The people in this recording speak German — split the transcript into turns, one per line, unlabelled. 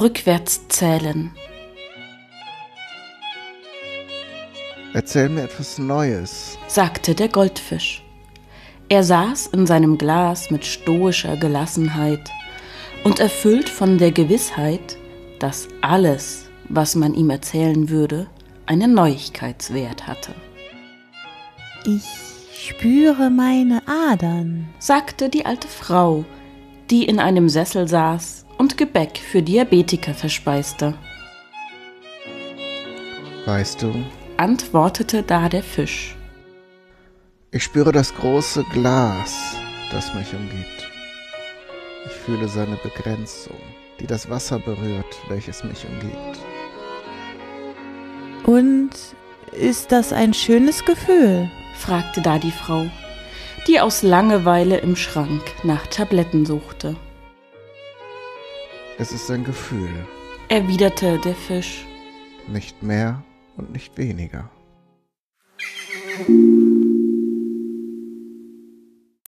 Rückwärts zählen.
Erzähl mir etwas Neues.
sagte der Goldfisch. Er saß in seinem Glas mit stoischer Gelassenheit und erfüllt von der Gewissheit, dass alles, was man ihm erzählen würde, einen Neuigkeitswert hatte,
Ich spüre meine Adern.
sagte die alte Frau, die in einem Sessel saß und Gebäck für Diabetiker verspeiste,
Weißt du,
antwortete da der Fisch.
ich spüre das große Glas, das mich umgibt. Ich fühle seine Begrenzung, die das Wasser berührt, welches mich umgibt.
Und ist das ein schönes Gefühl?
fragte da die Frau, die aus Langeweile im Schrank nach Tabletten suchte,
Es ist ein Gefühl,
erwiderte der Fisch.
nicht mehr und nicht weniger.